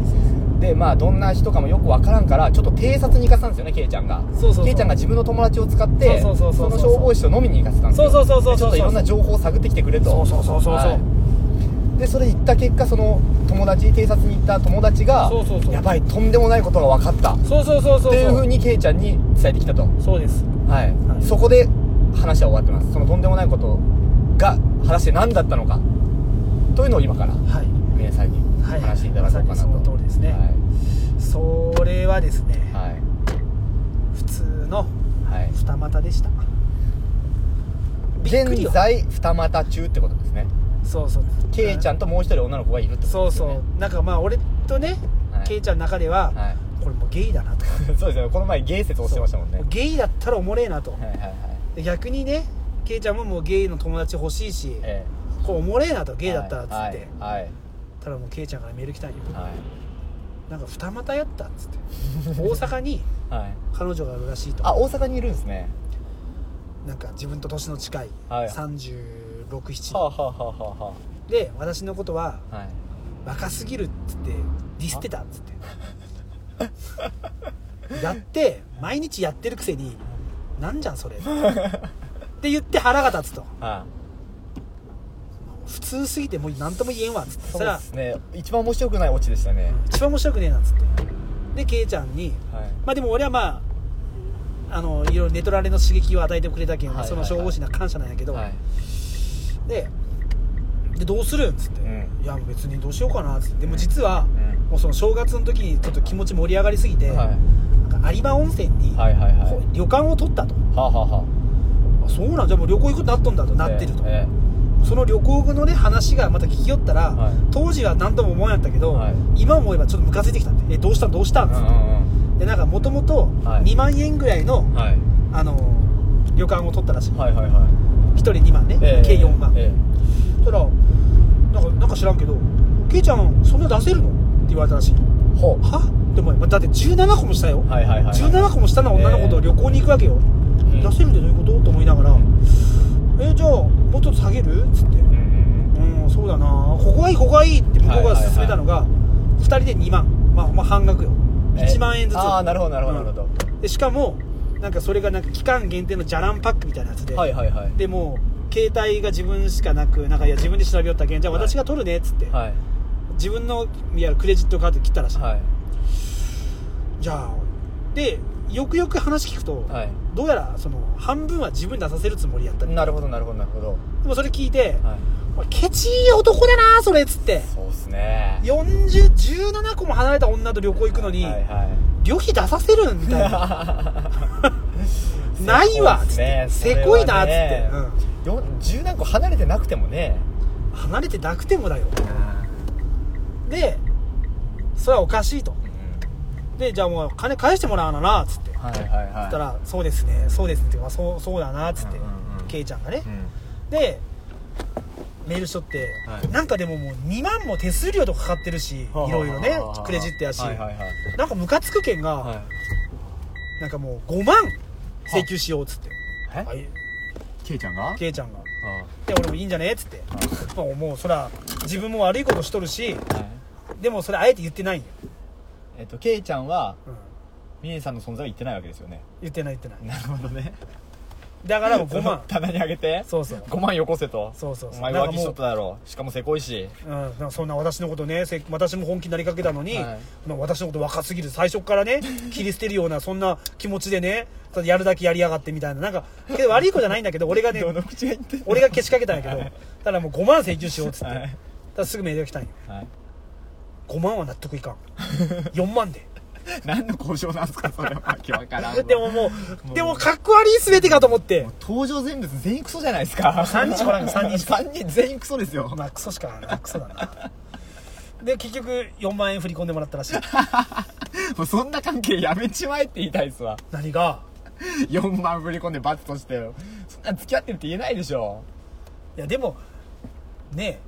[SPEAKER 2] でまあどんな人かもよくわからんからちょっと偵察に行かせたんですよねケイちゃんが
[SPEAKER 1] そうそうそう
[SPEAKER 2] ケイちゃんが自分の友達を使って
[SPEAKER 1] そうそうそうそ
[SPEAKER 2] の
[SPEAKER 1] うそう
[SPEAKER 2] 消防士と飲みに行かせたんですよ
[SPEAKER 1] そうそうそ
[SPEAKER 2] で
[SPEAKER 1] うそうそう
[SPEAKER 2] ちょっといろんな情報を探ってきてくれと
[SPEAKER 1] そうそうそうそうそう
[SPEAKER 2] はいでそれ行った結果その友達偵察に行った友達が
[SPEAKER 1] そうそうそう
[SPEAKER 2] やばいとんでもないことが分かったっ
[SPEAKER 1] そうそうそうそう
[SPEAKER 2] ていうふう
[SPEAKER 1] そう
[SPEAKER 2] にケイちゃんに伝えてきたと
[SPEAKER 1] そうです
[SPEAKER 2] はい、
[SPEAKER 1] はい
[SPEAKER 2] そこで話は終わってますそのとんでもないことが話して何だったのかというのを今から
[SPEAKER 1] はい
[SPEAKER 2] 皆さんに
[SPEAKER 1] はい
[SPEAKER 2] 話していただこうかなと、
[SPEAKER 1] まさにその通りですね
[SPEAKER 2] はい
[SPEAKER 1] それはですね
[SPEAKER 2] はい
[SPEAKER 1] 普通の
[SPEAKER 2] はい
[SPEAKER 1] 二股でしたびっくり
[SPEAKER 2] 現
[SPEAKER 1] よ
[SPEAKER 2] 在二股中ってことですね
[SPEAKER 1] そうそう
[SPEAKER 2] ケイちゃんともう一人女の子がいるってこと
[SPEAKER 1] そう
[SPEAKER 2] ですよ、ね、
[SPEAKER 1] そうなんかまあ俺とね、
[SPEAKER 2] はい
[SPEAKER 1] ケイちゃんの中では、
[SPEAKER 2] はい
[SPEAKER 1] これもうゲイだなと
[SPEAKER 2] そうですよねこの前ゲイ説をしてましたもんね
[SPEAKER 1] ゲイだったらおもれえなと
[SPEAKER 2] はいはいはい
[SPEAKER 1] で逆にねケイちゃんももうゲイの友達欲しいし、
[SPEAKER 2] え
[SPEAKER 1] これおもれえなと
[SPEAKER 2] え
[SPEAKER 1] ゲイだったらっつって、
[SPEAKER 2] はいはい
[SPEAKER 1] ただもうケイちゃんからメール来たんよ
[SPEAKER 2] はい
[SPEAKER 1] なんか二股やったっ つって大阪に
[SPEAKER 2] はい、はい
[SPEAKER 1] 彼女がいるらしいと
[SPEAKER 2] あ大阪にいるんですね
[SPEAKER 1] なんか自分と年の近い、
[SPEAKER 2] はい
[SPEAKER 1] 367、
[SPEAKER 2] はあ、はあはあはあは
[SPEAKER 1] で私のことは
[SPEAKER 2] あ、はい
[SPEAKER 1] 若すぎるっつってディスってたっつって やって毎日やってるくせになんじゃんそれって言って腹が立つと
[SPEAKER 2] は
[SPEAKER 1] 普通すぎてもう何とも言えんわっつって
[SPEAKER 2] い、そうで
[SPEAKER 1] さ
[SPEAKER 2] すね一番面白くないオチでしたね、
[SPEAKER 1] 一番面白くねえなっつってでケイちゃんに
[SPEAKER 2] はい
[SPEAKER 1] まあでも俺はまああのいろいろ寝取られの刺激を与えてくれたけん、
[SPEAKER 2] はいはいはい
[SPEAKER 1] その消防士には感謝なんやけど、
[SPEAKER 2] はい
[SPEAKER 1] ででどうするんっつって、
[SPEAKER 2] うん
[SPEAKER 1] いや別にどうしようかなっつってでも実は、
[SPEAKER 2] うん
[SPEAKER 1] もうその正月の時にちょっと気持ち盛り上がりすぎて、
[SPEAKER 2] はい
[SPEAKER 1] なんか有馬温泉に、
[SPEAKER 2] はいはいはい
[SPEAKER 1] こう旅館を取ったと
[SPEAKER 2] はあ、はあは
[SPEAKER 1] あそうなんじゃあもう旅行行くことになっとんだと
[SPEAKER 2] あ、
[SPEAKER 1] なってると、
[SPEAKER 2] え
[SPEAKER 1] その旅行のね話がまた聞きよったら、
[SPEAKER 2] はい
[SPEAKER 1] 当時は何とも思わんやったけど、
[SPEAKER 2] はい
[SPEAKER 1] 今思えばちょっとムカついてきたってえどうしたんどうした
[SPEAKER 2] え
[SPEAKER 1] んっつ
[SPEAKER 2] う
[SPEAKER 1] っ
[SPEAKER 2] ん
[SPEAKER 1] て、
[SPEAKER 2] うん
[SPEAKER 1] でなんかもともと
[SPEAKER 2] はい
[SPEAKER 1] 2万円ぐらいの、
[SPEAKER 2] うんはい
[SPEAKER 1] あの旅館を取ったらしい
[SPEAKER 2] はいはいは
[SPEAKER 1] 1人2万ね、
[SPEAKER 2] いええ
[SPEAKER 1] 計4万、
[SPEAKER 2] え
[SPEAKER 1] そしたらなんかなんか知らんけど「ケイちゃんそんな出せるの?」って言われたらしい
[SPEAKER 2] えほう
[SPEAKER 1] はって思えばだって17個もしたよ、
[SPEAKER 2] はいはいはい
[SPEAKER 1] 17個も下の女の子と旅行に行くわけよ、
[SPEAKER 2] ん
[SPEAKER 1] 出せるってどういうことと思いながら「えじゃあもうちょっと下げる?」っつっ
[SPEAKER 2] うん
[SPEAKER 1] て
[SPEAKER 2] うん
[SPEAKER 1] 「うんそうだなここがいいここがいい」って向こうが勧めたのが、2人で2万まあ、まあ、半額よ
[SPEAKER 2] ええ
[SPEAKER 1] 1万円ずつ、
[SPEAKER 2] ああなるほどなるほど
[SPEAKER 1] うん
[SPEAKER 2] なるほ
[SPEAKER 1] でしかもなんかそれがなんか期間限定のじゃらんパックみたいなやつで、
[SPEAKER 2] どはいはいはい
[SPEAKER 1] でもう携帯が自分しかなくなんかいや自分で調べよったけんじゃあ
[SPEAKER 2] はい
[SPEAKER 1] 私が取るねっつって、
[SPEAKER 2] はい
[SPEAKER 1] 自分のいやクレジットカード切ったらしい、
[SPEAKER 2] はい
[SPEAKER 1] じゃあでよくよく話聞くと、
[SPEAKER 2] はい
[SPEAKER 1] どうやらその半分は自分に出させるつもりやったで
[SPEAKER 2] なるほどなるほどなるほど
[SPEAKER 1] もそれ聞いて、
[SPEAKER 2] はい
[SPEAKER 1] おいケチい男だなそれっつって
[SPEAKER 2] そうっすね
[SPEAKER 1] 4017個も離れた女と旅行行くのに、
[SPEAKER 2] はいはい
[SPEAKER 1] 旅費出させるみた いな ないわっつ
[SPEAKER 2] そうっ
[SPEAKER 1] って
[SPEAKER 2] すね
[SPEAKER 1] せこいなっ
[SPEAKER 2] そ
[SPEAKER 1] つっ
[SPEAKER 2] れ
[SPEAKER 1] て、
[SPEAKER 2] はねよ十何個離れてなくてもね
[SPEAKER 1] うん離れてなくてもだよでそれはおかしいと
[SPEAKER 2] うん
[SPEAKER 1] でじゃあもう金返してもらわななっつって
[SPEAKER 2] はいはいはい
[SPEAKER 1] そしたら「そうですねそうですね」っていうかそうそうだなっつって
[SPEAKER 2] うんうんうん
[SPEAKER 1] ケイちゃんがね
[SPEAKER 2] うん
[SPEAKER 1] でメールしとって、
[SPEAKER 2] はい
[SPEAKER 1] なんかでももう2万も手数料とかかかってるしい
[SPEAKER 2] はあはあ
[SPEAKER 1] ろいろね
[SPEAKER 2] はあはあ
[SPEAKER 1] クレジットやし、
[SPEAKER 2] はいはいはい
[SPEAKER 1] なんかムカつくけんが、
[SPEAKER 2] はい
[SPEAKER 1] なんかもう5万請求しようっつって
[SPEAKER 2] え
[SPEAKER 1] はい
[SPEAKER 2] ケイちゃんが
[SPEAKER 1] ケイちゃんが
[SPEAKER 2] あ
[SPEAKER 1] で俺もいいんじゃねっつってもうもうそら自分も悪いことしとるし
[SPEAKER 2] あはい
[SPEAKER 1] でもそれあえて言ってないんよ、
[SPEAKER 2] えっとケイちゃんは
[SPEAKER 1] うん
[SPEAKER 2] ミネさんの存在は言ってないわけですよね
[SPEAKER 1] 言ってない言って ない
[SPEAKER 2] なるほど ね
[SPEAKER 1] だからもう
[SPEAKER 2] その
[SPEAKER 1] 5 万
[SPEAKER 2] 棚にあげて
[SPEAKER 1] そうそう
[SPEAKER 2] 5万よこせと
[SPEAKER 1] そうそうそう
[SPEAKER 2] お前浮気しとっただろしかもせこいし
[SPEAKER 1] うん、なんかそんな私のことねせ私も本気になりかけたのに、
[SPEAKER 2] はい
[SPEAKER 1] まあ私のこと若すぎる最初から ね切り捨てるようなそんな気持ちでねただやるだけやりやがってみたいななんかけど悪い子じゃないんだけど俺がね
[SPEAKER 2] どの口が言ってんの
[SPEAKER 1] 俺がけしかけたんやけど、
[SPEAKER 2] はい
[SPEAKER 1] ただもう5万請求しようっつって、
[SPEAKER 2] はい
[SPEAKER 1] ただすぐメールが来たんよ
[SPEAKER 2] はい
[SPEAKER 1] 5万は納得いかん 4万で
[SPEAKER 2] 何の交渉なんですかそれはわけわからんわ
[SPEAKER 1] でももうでもかっこ悪い全てかと思って
[SPEAKER 2] 登場人物全員クソじゃないですか
[SPEAKER 1] 三人しかおらんから三人し
[SPEAKER 2] 3人全員クソですよ
[SPEAKER 1] まあクソしかなクソだなで結局4万円振り込んでもらったらしい
[SPEAKER 2] もうそんな関係やめちまえって言いたいっすわ
[SPEAKER 1] 何が
[SPEAKER 2] 4万振り込んで罰としてそんな付き合ってるって言えないでしょ
[SPEAKER 1] いやでもね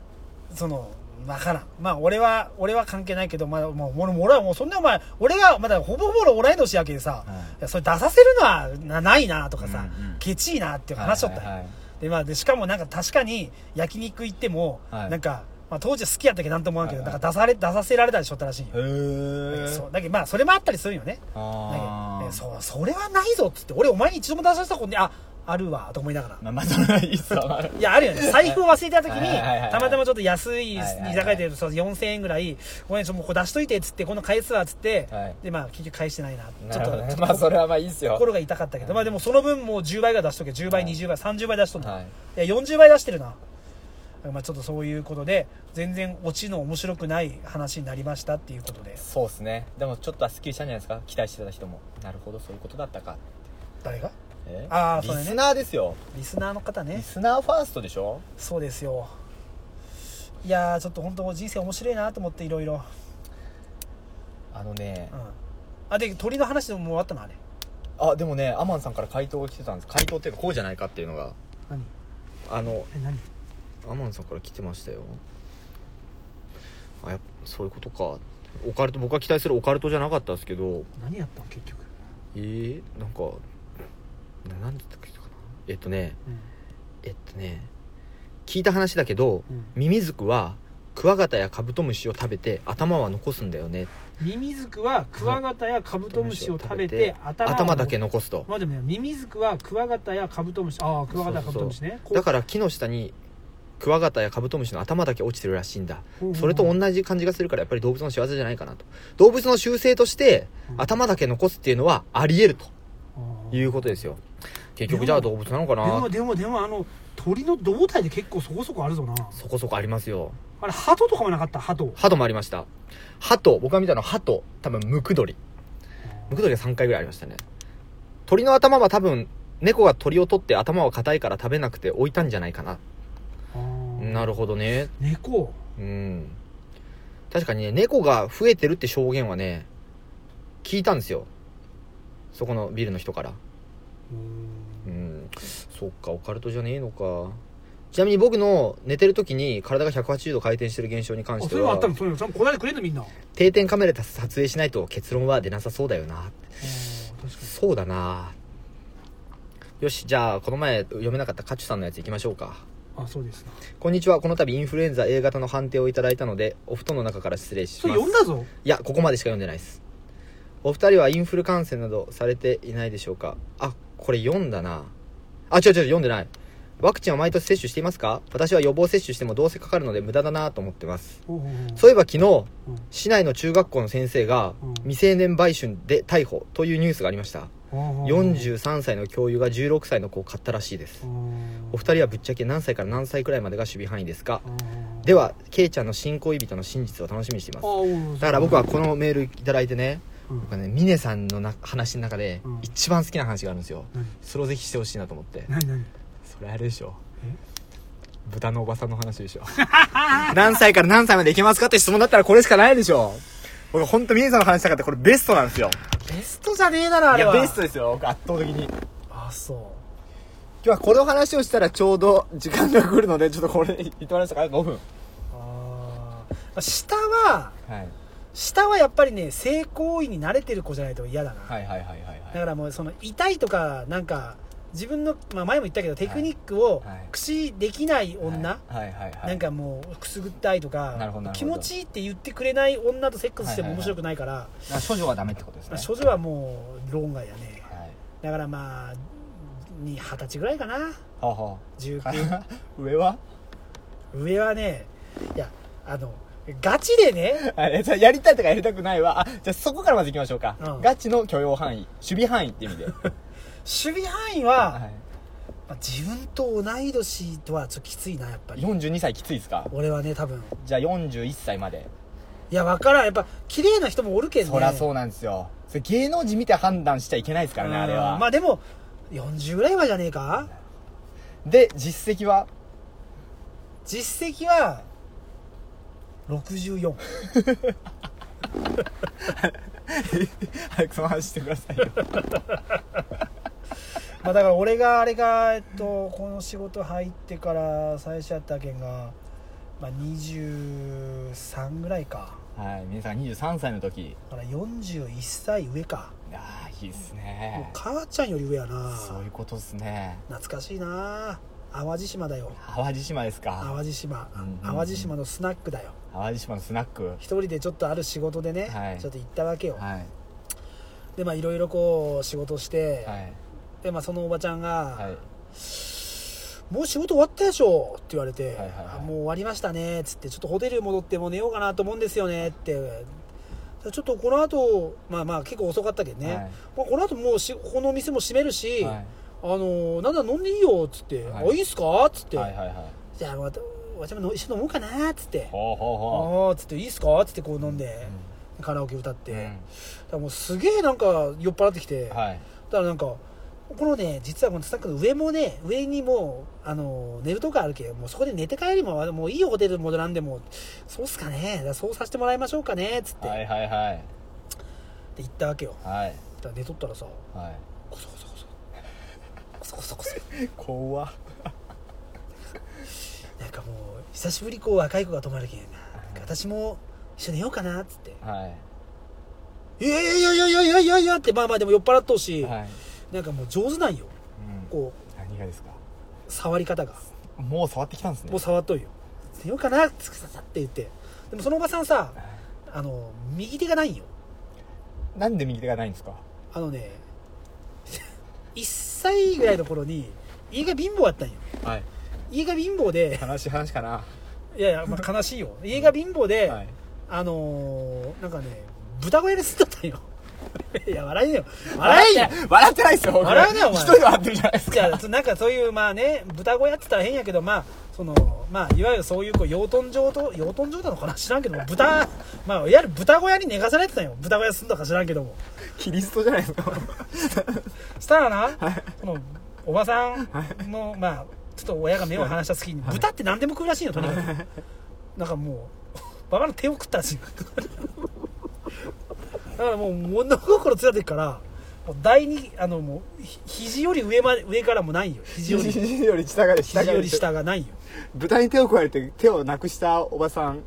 [SPEAKER 1] えその分からんまあ俺は俺は関係ないけど、まあ、もう俺も俺はもうそんなお前俺がまだほぼほぼおらい年やけでさ、
[SPEAKER 2] はい
[SPEAKER 1] いやそれ出させるのはなないなとかさ、
[SPEAKER 2] うんうん
[SPEAKER 1] ケチいなっていう話しとったよ、
[SPEAKER 2] はいはいはい
[SPEAKER 1] でまあ、でしかもなんか確かに焼肉行っても、
[SPEAKER 2] はい
[SPEAKER 1] なんか、まあ、当時好きやったけどなんとも思わんけど、
[SPEAKER 2] はいはい
[SPEAKER 1] なんか出され出させられたりしょったらしいんよ
[SPEAKER 2] へえ
[SPEAKER 1] そうだけどまあそれもあったりするんよね
[SPEAKER 2] あ
[SPEAKER 1] だ
[SPEAKER 2] あ
[SPEAKER 1] けどそうそれはないぞっつって俺お前に一度も出させたことにああるわと思いながら
[SPEAKER 2] まあまあそれはいいっすわ
[SPEAKER 1] いや、あるよ ね。財布を忘れた時
[SPEAKER 2] はいはいはいは
[SPEAKER 1] に、
[SPEAKER 2] い
[SPEAKER 1] たまたまちょっと安い居
[SPEAKER 2] はいはいはい
[SPEAKER 1] 酒屋でそう4000円ぐらい、ごめん、ちょっともうこれ出しといてっつって、この返すわっつって
[SPEAKER 2] はい、
[SPEAKER 1] で、まあ結局返してないな。ち
[SPEAKER 2] ち
[SPEAKER 1] ょ
[SPEAKER 2] ょ
[SPEAKER 1] っ
[SPEAKER 2] っ
[SPEAKER 1] と
[SPEAKER 2] と、
[SPEAKER 1] ちょっと
[SPEAKER 2] まあそれはまあいいっすよ
[SPEAKER 1] 心が痛かったけど、まあでもその分もう10倍が出しとけ。10倍、
[SPEAKER 2] はい
[SPEAKER 1] 20倍、30倍出しとん
[SPEAKER 2] は
[SPEAKER 1] だ。
[SPEAKER 2] い
[SPEAKER 1] いや、40倍出してるな。まあちょっとそういうことで、全然オチの面白くない話になりましたっていうことで、
[SPEAKER 2] そうっすねでもちょっとはスッキリしたんじゃないですか期待してた人もなるほどそういうことだったか
[SPEAKER 1] 誰が
[SPEAKER 2] え
[SPEAKER 1] あーそうだね
[SPEAKER 2] リスナーですよ
[SPEAKER 1] リスナーの方
[SPEAKER 2] リ
[SPEAKER 1] ね。
[SPEAKER 2] スナーファーストでしょ
[SPEAKER 1] そうですよ。いやー、ちょっと本当人生面白いなと思って、いろいろ。
[SPEAKER 2] あのね
[SPEAKER 1] うん。あ、で、鳥の話でももう終わったな、あれ。
[SPEAKER 2] あでもねアマンさんから回答が来てたんです回答っていうかこうじゃないかっていうのが
[SPEAKER 1] 何
[SPEAKER 2] あの
[SPEAKER 1] え何
[SPEAKER 2] アマンさんから来てましたよあやっぱそういうことかオカルト僕が期待するオカルトじゃなかったですけど
[SPEAKER 1] 何やったの結局、
[SPEAKER 2] えー、なんかななんだったっけかなえっとねえっとね聞いた話だけど、
[SPEAKER 1] うん
[SPEAKER 2] ミミズクはクワガタやカブトムシを食べて頭は残すんだよね
[SPEAKER 1] ミミズクはクワガタやカブトムシを食べて頭を
[SPEAKER 2] 頭だけ残すと
[SPEAKER 1] まあでもねミミズクはクワガタやカブトムシああクワガタやカブトムシね
[SPEAKER 2] だから木の下にクワガタやカブトムシの頭だけ落ちてるらしいんだ
[SPEAKER 1] ほうほう
[SPEAKER 2] それと同じ感じがするからやっぱり動物の仕業じゃないかなと動物の習性として
[SPEAKER 1] うん
[SPEAKER 2] 頭だけ残すっていうのはありえるとい
[SPEAKER 1] で
[SPEAKER 2] うことですよ結局じゃあ動物なのか
[SPEAKER 1] も
[SPEAKER 2] な
[SPEAKER 1] でもでもあの鳥の胴体で結構そこそこあるぞな
[SPEAKER 2] そこそこありますよ
[SPEAKER 1] あれハトとかもなかったハト
[SPEAKER 2] ハトもありましたハト僕が見たのはハト多分ムクドリムクドリが3回ぐらいありましたね鳥の頭は多分猫が鳥を取って頭は硬いから食べなくて置いたんじゃないかなな
[SPEAKER 1] る
[SPEAKER 2] るほどね
[SPEAKER 1] 猫
[SPEAKER 2] うん確かにね猫が増えてるって証言はね聞いたんですよそこのビルの人から
[SPEAKER 1] う
[SPEAKER 2] う
[SPEAKER 1] ー
[SPEAKER 2] んんそっかオカルトじゃねえのかちなみに僕の寝てる時に体が180度回転してる現象に
[SPEAKER 1] あ
[SPEAKER 2] 関し
[SPEAKER 1] そ
[SPEAKER 2] て
[SPEAKER 1] ういうのあ
[SPEAKER 2] は
[SPEAKER 1] ったのそういうのちゃんとこないでくれんのみんなあ
[SPEAKER 2] 定点カメラで撮影しないと結論は出なさそうだよな
[SPEAKER 1] ー確か
[SPEAKER 2] そうだなよしじゃあこの前読めなかったカチュさんのやつ行きましょうか
[SPEAKER 1] にあそうですな
[SPEAKER 2] こんにちはこの度インフルエンザ A 型の判定をいただいたのでお布団の中から失礼し
[SPEAKER 1] それ
[SPEAKER 2] ます
[SPEAKER 1] 読んだぞ
[SPEAKER 2] いやここまでしか読んでないですお二人はインフル感染などされていないでしょうかあこれ読んだなあ違う違う読んでないワクチンは毎年接種していますか私は予防接種してもどうせかかるので無駄だなと思ってます
[SPEAKER 1] ほうほうほう
[SPEAKER 2] そういえば昨日
[SPEAKER 1] うん
[SPEAKER 2] 市内の中学校の先生が
[SPEAKER 1] うん
[SPEAKER 2] 未成年売春で逮捕というニュースがありました
[SPEAKER 1] ほうほうほう
[SPEAKER 2] 43歳の教諭が16歳の子を買ったらしいですお二人はぶっちゃけ何歳から何歳くらいまでが守備範囲ですかで
[SPEAKER 1] は
[SPEAKER 2] はケイちゃんの新恋人の真実を楽しみにしていますだ
[SPEAKER 1] だ
[SPEAKER 2] から僕はこのメールいただいてね
[SPEAKER 1] うん
[SPEAKER 2] 僕はね峰さんのな話の中で
[SPEAKER 1] うん
[SPEAKER 2] 一番好きな話があるんですよ
[SPEAKER 1] 何
[SPEAKER 2] それをぜひしてほしいなと思って
[SPEAKER 1] 何何
[SPEAKER 2] それあれでしょ豚のおばさんの話でし ょ何歳から何歳までいけますかって質問だったらこれしかないでしょ僕本当峰さんの話の中でこれベストなんですよ
[SPEAKER 1] ベストじゃねえだろあ
[SPEAKER 2] い
[SPEAKER 1] れ
[SPEAKER 2] や
[SPEAKER 1] は
[SPEAKER 2] ベストですよ僕圧倒的に今
[SPEAKER 1] あそ
[SPEAKER 2] 日はこの話をしたらちょうど時間が来るのでちょっとこれ言ってもらえましたか5分
[SPEAKER 1] うあー下は
[SPEAKER 2] はい
[SPEAKER 1] 下はやっぱりね性行為に慣れてる子じゃないと嫌だな、
[SPEAKER 2] はいはいはいはい
[SPEAKER 1] だからもうその痛いとかなんか自分の、まあ、前も言ったけどテクニックを
[SPEAKER 2] はい
[SPEAKER 1] 駆使できない女、
[SPEAKER 2] はいはいはい
[SPEAKER 1] なんかもうくすぐったいと
[SPEAKER 2] なるほどなる
[SPEAKER 1] か気
[SPEAKER 2] ほど
[SPEAKER 1] 持ちいいって言ってくれない女とセックスしても面白くないから、
[SPEAKER 2] あ処女はダメってことです
[SPEAKER 1] ま
[SPEAKER 2] ね
[SPEAKER 1] あ、処女はもう論外やね
[SPEAKER 2] はい
[SPEAKER 1] だからまあに二十歳ぐらいかな
[SPEAKER 2] はあは
[SPEAKER 1] 19
[SPEAKER 2] あ上は
[SPEAKER 1] 上はねいやあのガチでね
[SPEAKER 2] あえじゃあやりたいとかやりたくないはあじゃあそこからまずいきましょうか、
[SPEAKER 1] うん
[SPEAKER 2] ガチの許容範囲守備範囲って意 味で
[SPEAKER 1] 守備範囲は、
[SPEAKER 2] は
[SPEAKER 1] まあ、自分と同い年とはちょっときついなやっぱ
[SPEAKER 2] い
[SPEAKER 1] り
[SPEAKER 2] 42歳きついですか
[SPEAKER 1] 俺はね多分
[SPEAKER 2] じゃあ41歳まで
[SPEAKER 1] いや分からんやっぱ綺麗な人もおるけどね
[SPEAKER 2] そりゃそううなんですよそれ芸能人見て判断しちゃいけないですからねあれは、
[SPEAKER 1] んまあでも40ぐらいはじゃねえか
[SPEAKER 2] で実績は
[SPEAKER 1] 実績は64
[SPEAKER 2] 早くその話してくださいよ
[SPEAKER 1] まあだから俺があれが、えっと、この仕事入ってから最初やった件が、まあ、23ぐらいか
[SPEAKER 2] はい皆さん23歳の時
[SPEAKER 1] だから41歳上か
[SPEAKER 2] ああいいっす
[SPEAKER 1] もう
[SPEAKER 2] ね
[SPEAKER 1] 母ちゃんより上やな
[SPEAKER 2] そういうことっすね
[SPEAKER 1] 懐かしいな淡路島だよ
[SPEAKER 2] 淡路島ですか
[SPEAKER 1] 淡路島
[SPEAKER 2] うんうんうん
[SPEAKER 1] 淡路島のスナックだよ
[SPEAKER 2] 淡路島のスナック
[SPEAKER 1] 一人でちょっとある仕事でね、
[SPEAKER 2] はい
[SPEAKER 1] ちょっと行ったわけよ、
[SPEAKER 2] はい
[SPEAKER 1] でまあいろいろこう仕事して、
[SPEAKER 2] はい
[SPEAKER 1] でまあそのおばちゃんが、
[SPEAKER 2] はい
[SPEAKER 1] もう仕事終わったでしょって言われて、
[SPEAKER 2] はいはいはい
[SPEAKER 1] あもう終わりましたねっつって、ちょっとホテル戻ってもう寝ようかなと思うんですよねって、ちょっとこの後まあまあ結構遅かったけどね、
[SPEAKER 2] はい
[SPEAKER 1] まあ、この後もうし、このお店も閉めるし、
[SPEAKER 2] はい
[SPEAKER 1] あのーなんだ飲んでいいよっつって、
[SPEAKER 2] はい
[SPEAKER 1] い、あ、いいっすかっつって、
[SPEAKER 2] はいはいはい
[SPEAKER 1] じゃあ、また、わちゃも一緒に飲もうかなっつって、
[SPEAKER 2] ほうほう
[SPEAKER 1] あ
[SPEAKER 2] ほ
[SPEAKER 1] あっつって、いいっすかっつってこう飲んで、
[SPEAKER 2] う
[SPEAKER 1] カラオケ歌って、
[SPEAKER 2] うん
[SPEAKER 1] だからもうすげえなんか酔っ払ってきて、
[SPEAKER 2] うんはい
[SPEAKER 1] だからなんかこのね実はこのスタックの上もね上にもうあの寝るとこあるけどもうそこで寝て帰りもあもういいよホテル戻らんでもそうっすかねだからそうさせてもらいましょうかねっつって、
[SPEAKER 2] はい
[SPEAKER 1] って
[SPEAKER 2] はいはい
[SPEAKER 1] 言ったわけよ
[SPEAKER 2] はい
[SPEAKER 1] だから寝とったらさ
[SPEAKER 2] は
[SPEAKER 1] コソコソコソコソコソコソ
[SPEAKER 2] い怖っ
[SPEAKER 1] なんかもう久しぶりこう若い子が泊まるけんななんか私も一緒に寝ようかなっつって
[SPEAKER 2] はい
[SPEAKER 1] 「いやいやいやいやいやいやいや」ってまあまあでも酔っ払っとうし、
[SPEAKER 2] はい、
[SPEAKER 1] なんかもう上手なんよ
[SPEAKER 2] うん、
[SPEAKER 1] こ
[SPEAKER 2] 何がですか
[SPEAKER 1] う触り方が
[SPEAKER 2] もう触ってきたんですね
[SPEAKER 1] もう触っといよ寝ようかなつくささって言ってでもそのおばさんさあの右手がないんよ
[SPEAKER 2] なんで右手がないんですか
[SPEAKER 1] あのね 1歳ぐらいの頃に家が貧乏やったんよ
[SPEAKER 2] はい
[SPEAKER 1] 家が貧乏で
[SPEAKER 2] 悲しい話かな、
[SPEAKER 1] いやいや、まあ、悲しいよ家が貧乏 で、
[SPEAKER 2] はい、
[SPEAKER 1] あのーなんかね豚小屋で住んだったんよ いや笑えんよ笑えんよ
[SPEAKER 2] 笑ってないですよ僕
[SPEAKER 1] 笑うなお前
[SPEAKER 2] 一人で笑ってるじゃないです
[SPEAKER 1] じ
[SPEAKER 2] か
[SPEAKER 1] ゃあなんかそういうまあね豚小屋って言ったら変やけどまあそのまあいわゆるそういうこう養豚場と養豚場なのかな知らんけども豚まあいわゆる豚小屋に寝かされてたんよ豚小屋住んだか知らんけども
[SPEAKER 2] キリストじゃないですか
[SPEAKER 1] したらなそのおばさんのまあちょっと親が目を離した隙に豚って何でも食うらしいよとにかくなんかもうババの手を食ったらしいだからもう物心ついた時からもう第二あのもうひ肘より上まで上からもないよ肘より
[SPEAKER 2] 肘より下が下
[SPEAKER 1] 肘
[SPEAKER 2] が
[SPEAKER 1] より下がないよ
[SPEAKER 2] 豚に手を加えて手をなくしたおばさん、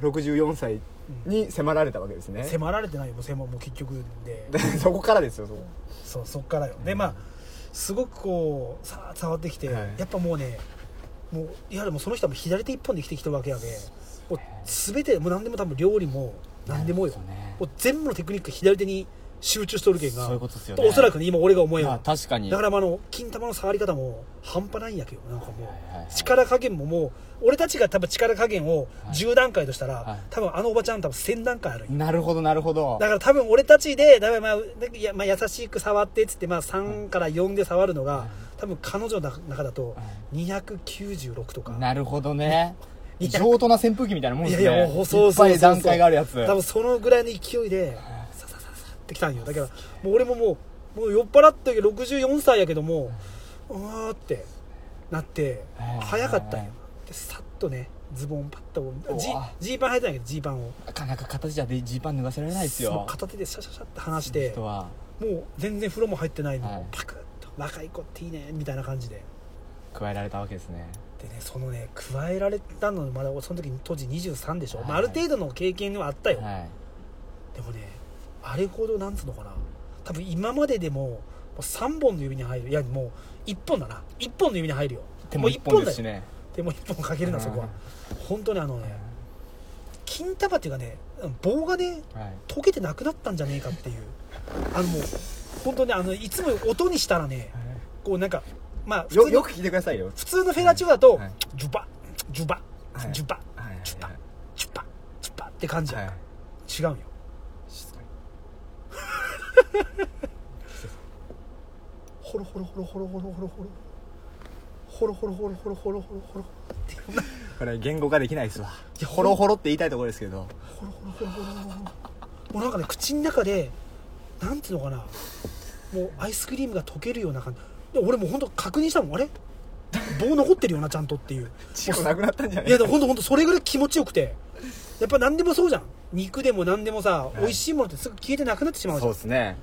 [SPEAKER 2] 64歳に迫られたわけですね、
[SPEAKER 1] 迫られてないよもう迫もう結局で
[SPEAKER 2] そこからですよそこ
[SPEAKER 1] そうそっからよでまあすごくこうさ触ってきて、
[SPEAKER 2] はい
[SPEAKER 1] やっぱもうねもういやでもその人はもう左手一本で生きてきてるわけやで、もう全てもう何でも多分料理も何でもよ、
[SPEAKER 2] そうね
[SPEAKER 1] もう全部のテクニック左手に集中しとるけんが
[SPEAKER 2] そういうことっすよね
[SPEAKER 1] おそらくね今俺が思えば、
[SPEAKER 2] 確かに
[SPEAKER 1] だからまああの金玉の触り方も半端ないんやけどなんかも
[SPEAKER 2] はいはいはいう
[SPEAKER 1] 力加減ももう俺たちが多分力加減を10段階としたら、
[SPEAKER 2] はい
[SPEAKER 1] 多分あのおばちゃん多分1000段階あるんよ
[SPEAKER 2] なるほどなるほど
[SPEAKER 1] だから多分俺たちで、だからまあ、なんかいやまあ、優しく触ってっつって、まあ、3から4で触るのが、多分彼女の中だと296とか。
[SPEAKER 2] なるほどね
[SPEAKER 1] いや
[SPEAKER 2] 上等な扇風機みたいなもん
[SPEAKER 1] い
[SPEAKER 2] です
[SPEAKER 1] や
[SPEAKER 2] ね
[SPEAKER 1] いや、もうそうそうそうそ
[SPEAKER 2] い
[SPEAKER 1] う
[SPEAKER 2] っぱい段階があるやつ
[SPEAKER 1] 多分そのぐらいの勢いで、ささささってきたんよ。だから、もう俺ももう、もう酔っ払ってるけど64歳やけども、うわーってなって、
[SPEAKER 2] はい
[SPEAKER 1] 早かったんよ。で、さっとね、ズボンパッと、ジ
[SPEAKER 2] うわ
[SPEAKER 1] ジーパン履いてないけど、ジーパンを。
[SPEAKER 2] なかなか形じゃでジーパン脱がせられないです
[SPEAKER 1] その
[SPEAKER 2] よ
[SPEAKER 1] 片手でシャシャシャって離して。
[SPEAKER 2] 人は
[SPEAKER 1] もう全然風呂も入ってないの、
[SPEAKER 2] はい
[SPEAKER 1] パクッと若い子っていいねみたいな感じで
[SPEAKER 2] 加えられたわけですね
[SPEAKER 1] でねそのね加えられたのまだその時当時23でしょ、
[SPEAKER 2] はい
[SPEAKER 1] まあ、ある程度の経験はあったよ、
[SPEAKER 2] は
[SPEAKER 1] でもねあれほどなんつうのかな多分今まででもう3本の指に入るいやもう1本だな1本の指に入るよ
[SPEAKER 2] 手も
[SPEAKER 1] う一
[SPEAKER 2] 一本で
[SPEAKER 1] だ
[SPEAKER 2] すしね
[SPEAKER 1] 手も1本かけるなそこは本当にあのね金束っていうかね棒がね
[SPEAKER 2] はい
[SPEAKER 1] 溶けてなくなったんじゃねえかっていうあのもう本当ねあのいつも音にしたらねこうなんかまあ普
[SPEAKER 2] よ
[SPEAKER 1] 通
[SPEAKER 2] よ
[SPEAKER 1] の
[SPEAKER 2] く聞いてくださいよ
[SPEAKER 1] 普通のフェラチオだと、
[SPEAKER 2] はい
[SPEAKER 1] ジュバジュバ
[SPEAKER 2] はい
[SPEAKER 1] ジュバ
[SPEAKER 2] はい
[SPEAKER 1] ジュバジュバジュバって感じやんか、違うんよホロホロホロホロホロホロホロホロホロホロホロホロホロホロ
[SPEAKER 2] これ言語化できないですわ
[SPEAKER 1] いや
[SPEAKER 2] ホロホロって言いたいところですけど
[SPEAKER 1] ホロホロホロホロホロホロもうなんかね口の中でなんていうのかなもうアイスクリームが溶けるような感じで俺もう本当確認したもんあれ棒残ってるよなちゃんとっていう
[SPEAKER 2] 血もなくなったんじゃない
[SPEAKER 1] いやでも本当本当それぐらい気持ちよくてやっぱ何でもそうじゃん肉でも何でもさ、
[SPEAKER 2] い
[SPEAKER 1] 美味しいものってすぐ消えてなくなってしまうじ
[SPEAKER 2] そう
[SPEAKER 1] ゃ
[SPEAKER 2] んですね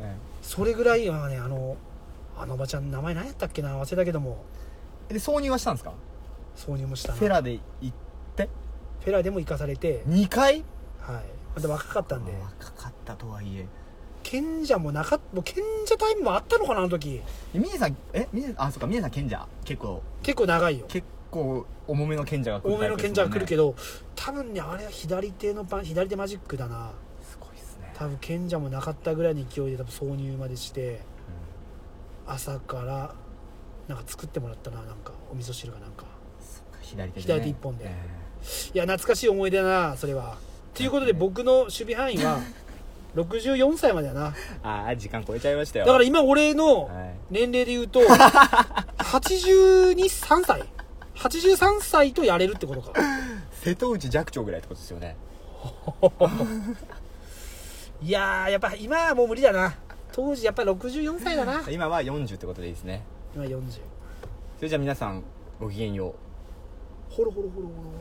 [SPEAKER 2] え
[SPEAKER 1] それぐらいはねあのあのおばちゃん名前何やったっけな忘れたけども
[SPEAKER 2] えで挿入はしたんですか
[SPEAKER 1] 挿入もしたな
[SPEAKER 2] フェラで行って
[SPEAKER 1] フェラでも行かされて、
[SPEAKER 2] 2回
[SPEAKER 1] はい、また若かったんで
[SPEAKER 2] 若かったとはいえ
[SPEAKER 1] 賢者もなかっもう賢者タイムもあったのかなあの時
[SPEAKER 2] え峰さんえ峰あそうか峰さん賢者結構
[SPEAKER 1] 結構長いよ
[SPEAKER 2] 結構重めの賢者が来る
[SPEAKER 1] 多めの賢者が来るけ
[SPEAKER 2] ど
[SPEAKER 1] ど、多分ねあれは左手のパン左手マジックだな
[SPEAKER 2] すごいですね
[SPEAKER 1] 多分賢者もなかったぐらいの勢いで多分挿入までして、朝からなんか作ってもらったななんかお味噌汁がなんか
[SPEAKER 2] そっか左手でね
[SPEAKER 1] 左手一本で
[SPEAKER 2] え
[SPEAKER 1] いや懐かしい思い出だなそれはということで僕の守備範囲 は64歳までだな
[SPEAKER 2] えああ時間超えちゃいましたよ
[SPEAKER 1] だから今俺の
[SPEAKER 2] はい
[SPEAKER 1] 年齢で言 うと823歳83歳とやれるってことか
[SPEAKER 2] 瀬戸内寂聴ぐらいってことですよね
[SPEAKER 1] いやーやっぱ今はもう無理だな当時やっぱ64歳だな
[SPEAKER 2] 今は40ってことでいいですね
[SPEAKER 1] 今40
[SPEAKER 2] それじゃあ皆さんごきげんよう
[SPEAKER 1] ほろほろほろほろほろ